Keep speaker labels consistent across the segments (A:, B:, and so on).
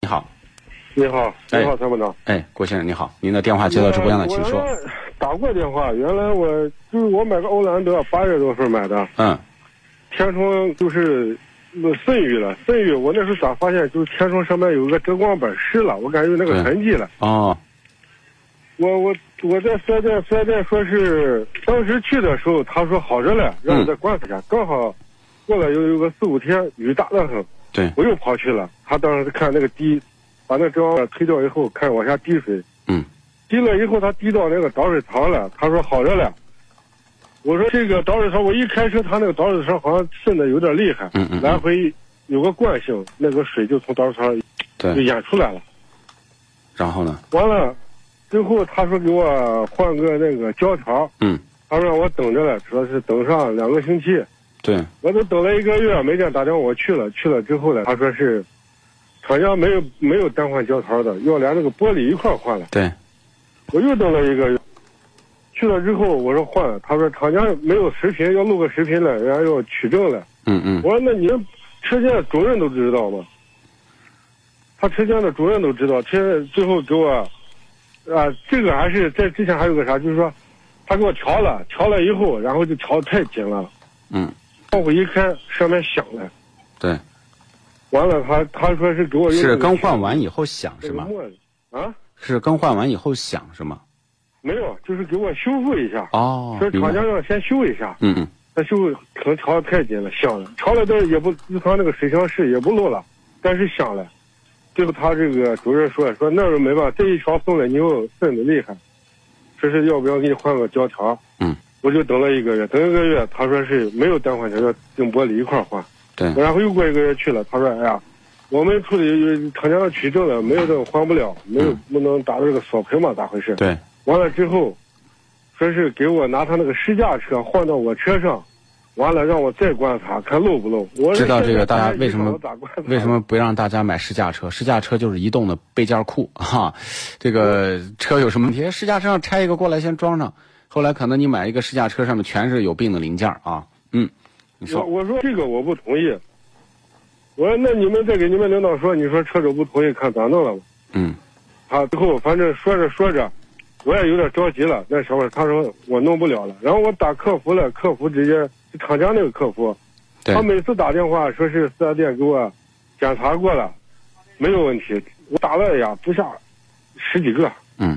A: 你好，
B: 你好，
A: 哎
B: 你好，参谋长。
A: 哎，郭先生你好，您的电话接到直播间了，请说
B: 我。原来打过电话，原来我就是我买个欧蓝德，八月多时候买的，
A: 嗯
B: 天窗就是呃渗雨了，渗雨。我那时候咋发现，就是天窗上面有个遮光板湿了，我感觉那
A: 对
B: 个痕迹了。
A: 哦
B: 我我我在四 S 店，四 S 店说是当时去的时候，他说好着嘞，让我
A: 嗯
B: 再观察一下。刚好过了有有个四五天，雨大得很，
A: 对，
B: 我又跑去了。他当时看那个滴，把那遮光板推掉以后，看往下滴水。
A: 嗯
B: 滴了以后，他滴到那个导水槽了，他说好着嘞。我说这个导水槽，我一开车，他那个导水槽好像渗的有点厉害，
A: 嗯嗯嗯
B: 来回有个惯性，那个水就从导水槽里就
A: 对，
B: 演出来了。
A: 然后呢？
B: 完了，最后他说给我换个那个胶条，
A: 嗯，
B: 他说让我等着了，说是等上两个星期，
A: 对，
B: 我都等了一个月没见打电话，我去了，去了之后呢，他说是厂家没有没有单换胶条的，要连那个玻璃一块儿换了。
A: 对，
B: 我又等了一个月，去了之后我说换了，他说厂家没有视频，要录个视频了，人家要取证了。
A: 嗯嗯
B: 我说那你们车间的主任都知道吗？他车间的主任都知道，车间最后给我，啊，这个还是在之前还有个啥，就是说，他给我调了，调了以后，然后就调太紧了，
A: 嗯，
B: 窗户一开，上面响了，
A: 对，
B: 完了他他说是给我用
A: 是
B: 那个
A: 更换完以后响
B: 那
A: 是
B: 个
A: 吗？
B: 墨啊，
A: 是更换完以后响是吗？
B: 没有，就是给我修复一下，
A: 哦，
B: 说
A: 明
B: 厂
A: 白
B: 家。让先修一下。
A: 嗯嗯，
B: 他就可能调的太紧了，响了，调了但也不，就他那个水箱室也不漏了，但是响了。最后他这个主任说说那是没办法，这一条送了你又渗的厉害，说是要不要给你换个胶条？
A: 嗯，
B: 我就等了一个月，等一个月，他说是没有单换条，要顶玻璃一块儿换。
A: 对，
B: 然后又过一个月去了，他说哎呀，我们处理呃厂家的取证了，没有证换不了，没有不能达到这个索赔嘛，咋回事？
A: 对，
B: 完了之后，说是给我拿他那个试驾车换到我车上，完了让我再观察看漏不漏。我
A: 知道这个大家为什么
B: 咋观察？
A: 为什么不让大家买试驾车？试驾车就是移动的备件库哈、这个车有什么问题？试驾车上拆一个过来先装上，后来可能你买一个试驾车上面全是有病的零件儿啊。嗯，你
B: 我
A: 说
B: 我说这个我不同意。我说那你们再给你们领导说，你说车主不同意，看咋弄了吧？
A: 嗯
B: 他最后反正说着说着，我也有点着急了。那时候他说我弄不了了，然后我打客服了，客服直接厂家那个客服，
A: 对
B: 他每次打电话说是四 S 店给我检查过了，没有问题。我打了呀不下十几个，
A: 嗯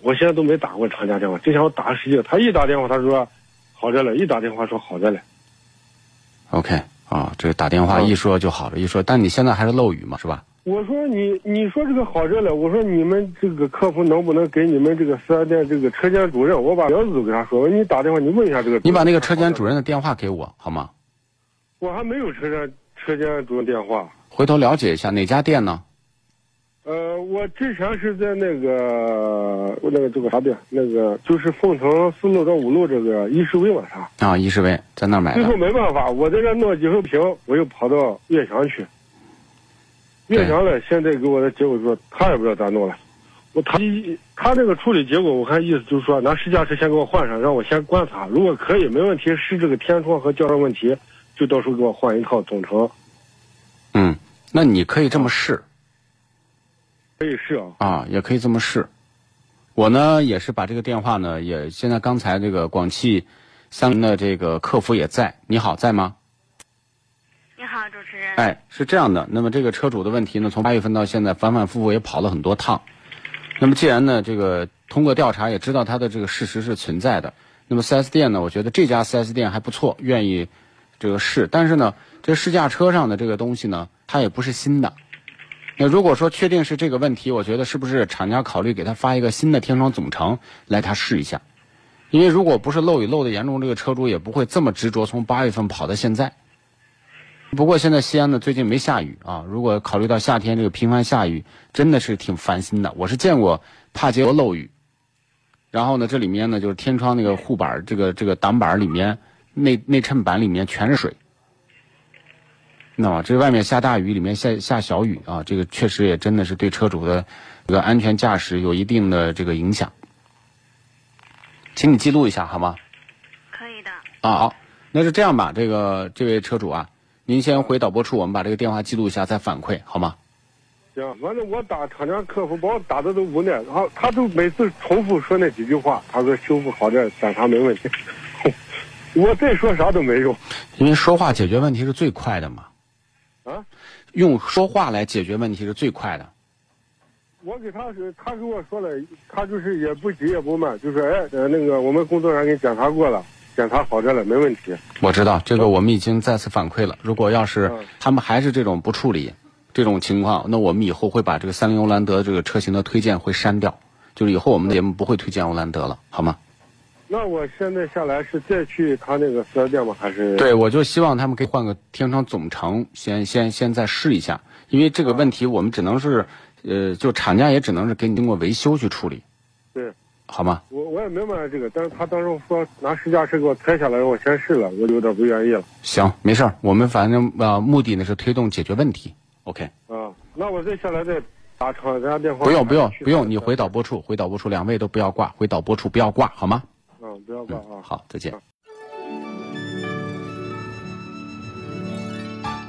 B: 我现在都没打过厂家电话，之前我打了十几个。他一打电话他说好着嘞，一打电话说好着嘞。
A: OK 啊，这个打电话
B: 嗯
A: 一说就好了，一说，但你现在还是漏雨嘛，是吧？
B: 我说你你说这个好着嘞，我说你们这个客服能不能给你们这个四 S 店这个车间主任，我把名字都给他说，我说你打电话你问一下这个主任。
A: 你把那个车间主任的电话给我好吗？
B: 我还没有车间车间主任电话。
A: 回头了解一下哪家店呢？
B: 呃，我之前是在那个那个这个啥店，那个就是凤城四路到五路这个衣食威玛啥。
A: 啊，伊士威在那儿买
B: 最后
A: 的。
B: 没办法，我在这弄了几十瓶，我又跑到岳阳去。岳阳呢，现在给我的结果说他也不知道咋弄了。我他一他这个处理结果，我看意思就是说拿试驾车先给我换上，让我先观察，如果可以没问题，是这个天窗和胶囊问题，就到时候给我换一套总成。
A: 嗯，那你可以这么试
B: 可以试啊，
A: 啊，也可以这么试。我呢也是把这个电话呢，也现在刚才这个广汽三菱的这个客服也在，你好，在吗？
C: 你好，主持人。
A: 哎，是这样的，那么这个车主的问题呢，从八月份到现在反反复复也跑了很多趟。那么既然呢，这个通过调查也知道它的这个事实是存在的。那么 4S 店呢，我觉得这家 4S 店还不错，愿意这个试。但是呢，这试驾车上的这个东西呢，它也不是新的。那如果说确定是这个问题，我觉得是不是厂家考虑给他发一个新的天窗总成来他试一下？因为如果不是漏雨漏的严重，这个车主也不会这么执着，从八月份跑到现在。不过现在西安呢最近没下雨啊，如果考虑到夏天这个频繁下雨，真的是挺烦心的。我是见过帕杰罗漏雨，然后呢这里面呢就是天窗那个护板、这个这个挡板里面、内内衬板里面全是水。那么这外面下大雨，里面下下小雨啊，这个确实也真的是对车主的这个安全驾驶有一定的这个影响，请你记录一下好吗？
C: 可以的。
A: 啊好，那是这样吧，这个这位车主啊，您先回导播处，我们把这个电话记录一下，再反馈好吗？
B: 行，完了我打厂家客服，把我打的都无奈，然后他都每次重复说那几句话，他说修复好这检查没问题， 我再说啥都没用，
A: 因为说话解决问题是最快的嘛。
B: 啊，
A: 用说话来解决问题是最快的。
B: 我给他是，他跟我说了，他就是也不急也不慢，就说、是、哎，呃，那个我们工作人员给检查过了，检查好着了，没问题。
A: 我知道这个，我们已经再次反馈了。如果要是他们还是这种不处理这种情况，那我们以后会把这个三菱欧蓝德这个车型的推荐会删掉，就是以后我们的节目不会推荐欧蓝德了，好吗？
B: 那我现在下来是再去他那个四 S 店吗？还是
A: 对，我就希望他们可以换个天窗总成，先先先再试一下，因为这个问题我们只能是，呃，就厂家也只能是给你经过维修去处理，
B: 对，
A: 好吗？
B: 我我也明白这个，但是他当时说拿试驾车给我拆下来，让我先试了，我有点不愿意了。
A: 行，没事儿，我们反正呃目的呢是推动解决问题，OK。
B: 啊，那我再下来再打厂家电话。
A: 不用不用不用，你回导播处，回导播处，两位都不要挂，回导播处不要挂，好吗？
B: 嗯，不要挂啊！
A: 好，再见。